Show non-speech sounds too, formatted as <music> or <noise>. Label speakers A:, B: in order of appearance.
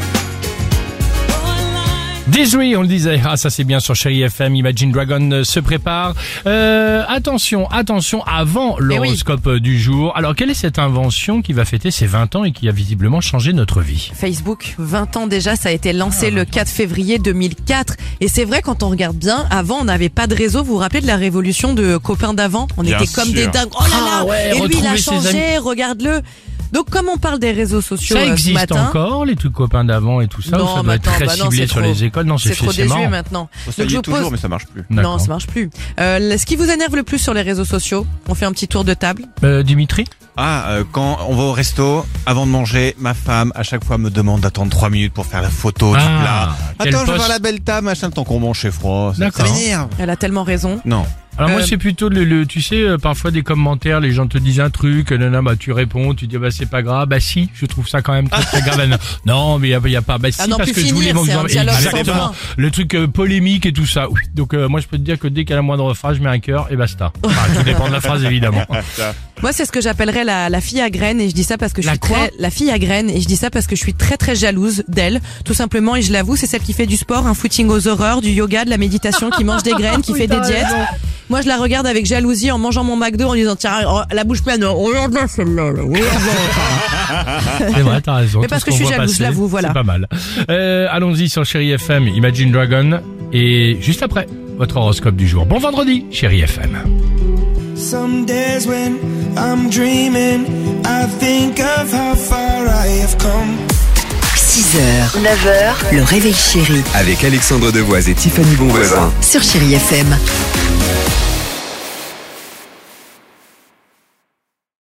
A: all night.
B: Déjoué, on le disait. Ah, ça c'est bien sur Chéri FM. Imagine Dragon euh, se prépare. Euh, attention, attention, avant l'horoscope euh, du jour. Alors, quelle est cette invention qui va fêter ses 20 ans et qui a visiblement changé notre vie
C: Facebook, 20 ans déjà, ça a été lancé le 4 février 2004. Et c'est vrai, quand on regarde bien, avant, on n'avait pas de réseau. Vous vous rappelez de la révolution de copains d'avant On était comme des dingues. Oh là là
B: Ah ouais,
C: Et lui, il a
B: retrouver ses
C: changé, regarde-le. Donc, comme on parle des réseaux sociaux
B: Ça
C: euh, ce
B: existe
C: matin...
B: encore, les trucs copains d'avant et tout ça ou
C: non,
B: Ça doit être
C: maintenant,
B: très
C: bah non,
B: ciblé
C: c'est
B: sur
C: trop-
B: les écoles. Non, c'est
C: c'est trop
B: c'est
C: désuet
B: marrant.
C: maintenant.
D: Ça
C: Donc,
D: y
C: je
D: est
C: vous pose-
D: toujours, mais ça marche plus.
C: Non,
B: D'accord.
C: ça marche plus. Euh, le- ce qui vous énerve le plus sur les réseaux sociaux, on fait un petit tour de table.
B: Euh, Dimitri
D: Ah, euh, quand on va au resto, avant de manger, ma femme à chaque fois me demande d'attendre 3 minutes pour faire la photo du
B: Ah,
D: plat.
B: quel
D: Attends, je vais
B: poste
D: voir la belle table, machin, le temps qu'on mange chez froid. ça-
B: D'accord.
D: Ça m'énerve.
C: Elle a tellement raison.
D: Non.
B: Alors moi
C: Euh,
B: c'est plutôt le, le- tu sais euh, parfois des commentaires les gens te disent un truc euh, nana bah tu réponds tu dis bah c'est pas grave bah si je trouve ça quand même très, très grave Ah, non mais il y, a pas bah si
C: Ah non,
B: parce
C: plus
B: que je voulais
C: finir, c'est un dialogue sans
B: exactement
C: fin.
B: le truc euh, polémique et tout ça Oui. donc euh, moi je peux te dire que dès qu'à la moindre phrase je mets un cœur
C: <laughs>
B: et basta Enfin, tout dépend de la phrase évidemment
C: Moi, c'est ce que j'appellerais la, la fille à graines et je dis ça parce que je
B: La
C: suis
B: quoi
C: très la fille à graines et je dis ça parce que je suis très très jalouse d'elle, tout simplement et je l'avoue, c'est celle qui fait du sport, un footing aux horreurs, du yoga, de la méditation, qui
B: <laughs>
C: mange des graines, qui fait des diètes. Moi, je la regarde avec jalousie en mangeant mon McDo en disant tiens, oh, la bouche pleine, oh, regarde-la, celle-là. là, regarde-la.
B: c'est vrai t'as raison
C: Mais
B: tout
C: parce
B: ce
C: que je
B: qu'on
C: suis
B: voit
C: jalouse,
B: passer,
C: je l'avoue, voilà.
B: c'est pas mal Euh, allons-y sur Chéri FM Imagine Dragon et juste après votre horoscope du jour bon vendredi Chéri FM
A: Some days when I'm dreaming, I think of how far I have come.
E: 6h, 9h, le réveil chéri
F: Avec Alexandre Devoise et Tiffany Bonvoisin.
E: sur Chéri FM.